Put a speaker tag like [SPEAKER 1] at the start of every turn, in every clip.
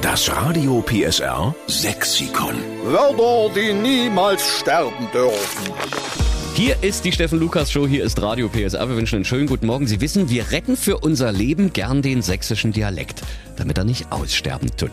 [SPEAKER 1] Das Radio PSR Sexikon.
[SPEAKER 2] Wörter, die niemals sterben dürfen.
[SPEAKER 3] Hier ist die Steffen Lukas Show, hier ist Radio PSR. Wir wünschen einen schönen guten Morgen. Sie wissen, wir retten für unser Leben gern den sächsischen Dialekt, damit er nicht aussterben tut.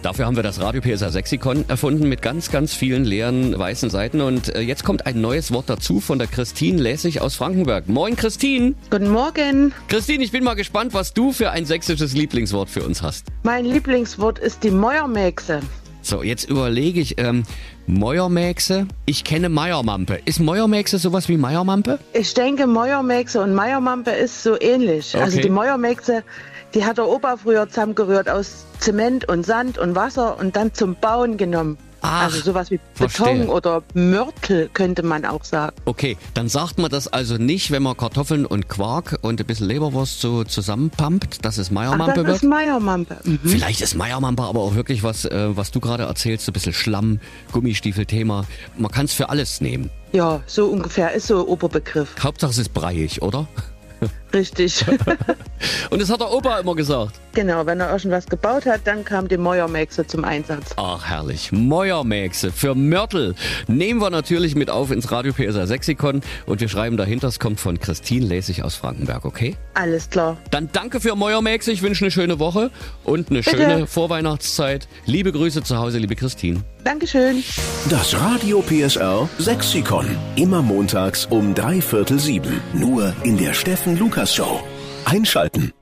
[SPEAKER 3] Dafür haben wir das Radio PSR Sexikon erfunden mit ganz, ganz vielen leeren weißen Seiten. Und äh, jetzt kommt ein neues Wort dazu von der Christine Lässig aus Frankenberg. Moin Christine!
[SPEAKER 4] Guten Morgen.
[SPEAKER 3] Christine, ich bin mal gespannt, was du für ein sächsisches Lieblingswort für uns hast.
[SPEAKER 4] Mein Lieblingswort ist die Mäuermäxe.
[SPEAKER 3] So, jetzt überlege ich, ähm, Meuermäxe? Ich kenne Meiermampe. Ist Meuermäxe sowas wie Meiermampe?
[SPEAKER 4] Ich denke, Mäuermäxe und Meiermampe ist so ähnlich. Also
[SPEAKER 3] Okay.
[SPEAKER 4] die Mäuermäxe, die hat der Opa früher zusammengerührt aus Zement und Sand und Wasser und dann zum Bauen genommen.
[SPEAKER 3] Ach,
[SPEAKER 4] also sowas wie
[SPEAKER 3] verstehe.
[SPEAKER 4] Beton oder Mörtel könnte man auch sagen.
[SPEAKER 3] Okay, dann sagt man das also nicht, wenn man Kartoffeln und Quark und ein bisschen Leberwurst so zusammenpumpt, dass es
[SPEAKER 4] Ach,
[SPEAKER 3] Meiermampe
[SPEAKER 4] das
[SPEAKER 3] wird?
[SPEAKER 4] ist Meiermampe. Mhm.
[SPEAKER 3] Vielleicht ist Meiermampe aber auch wirklich was, äh, was du gerade erzählst, so ein bisschen Schlamm, Gummistiefel-Thema. Man kann es für alles nehmen.
[SPEAKER 4] Ja, so ungefähr ist so Oberbegriff.
[SPEAKER 3] Hauptsache es ist breiig, oder?
[SPEAKER 4] Richtig.
[SPEAKER 3] Und das hat der Opa immer gesagt.
[SPEAKER 4] genau, wenn er irgendwas gebaut hat, dann kam die Mäuermäxe zum Einsatz.
[SPEAKER 3] Ach, herrlich. Meuermäxe für Mörtel nehmen wir natürlich mit auf ins Radio PSR Sexikon und wir schreiben dahinter, es kommt von Christine Lässig aus Frankenberg, okay?
[SPEAKER 4] Alles klar.
[SPEAKER 3] Dann danke für Meuermäxe, ich wünsche eine schöne Woche und eine schöne Vorweihnachtszeit. Liebe Grüße zu Hause, liebe Christine.
[SPEAKER 4] Dankeschön.
[SPEAKER 1] Das Radio PSR Sexikon. Immer montags um drei Viertel sieben. Nur in der Steffen Lukas Show. Einschalten.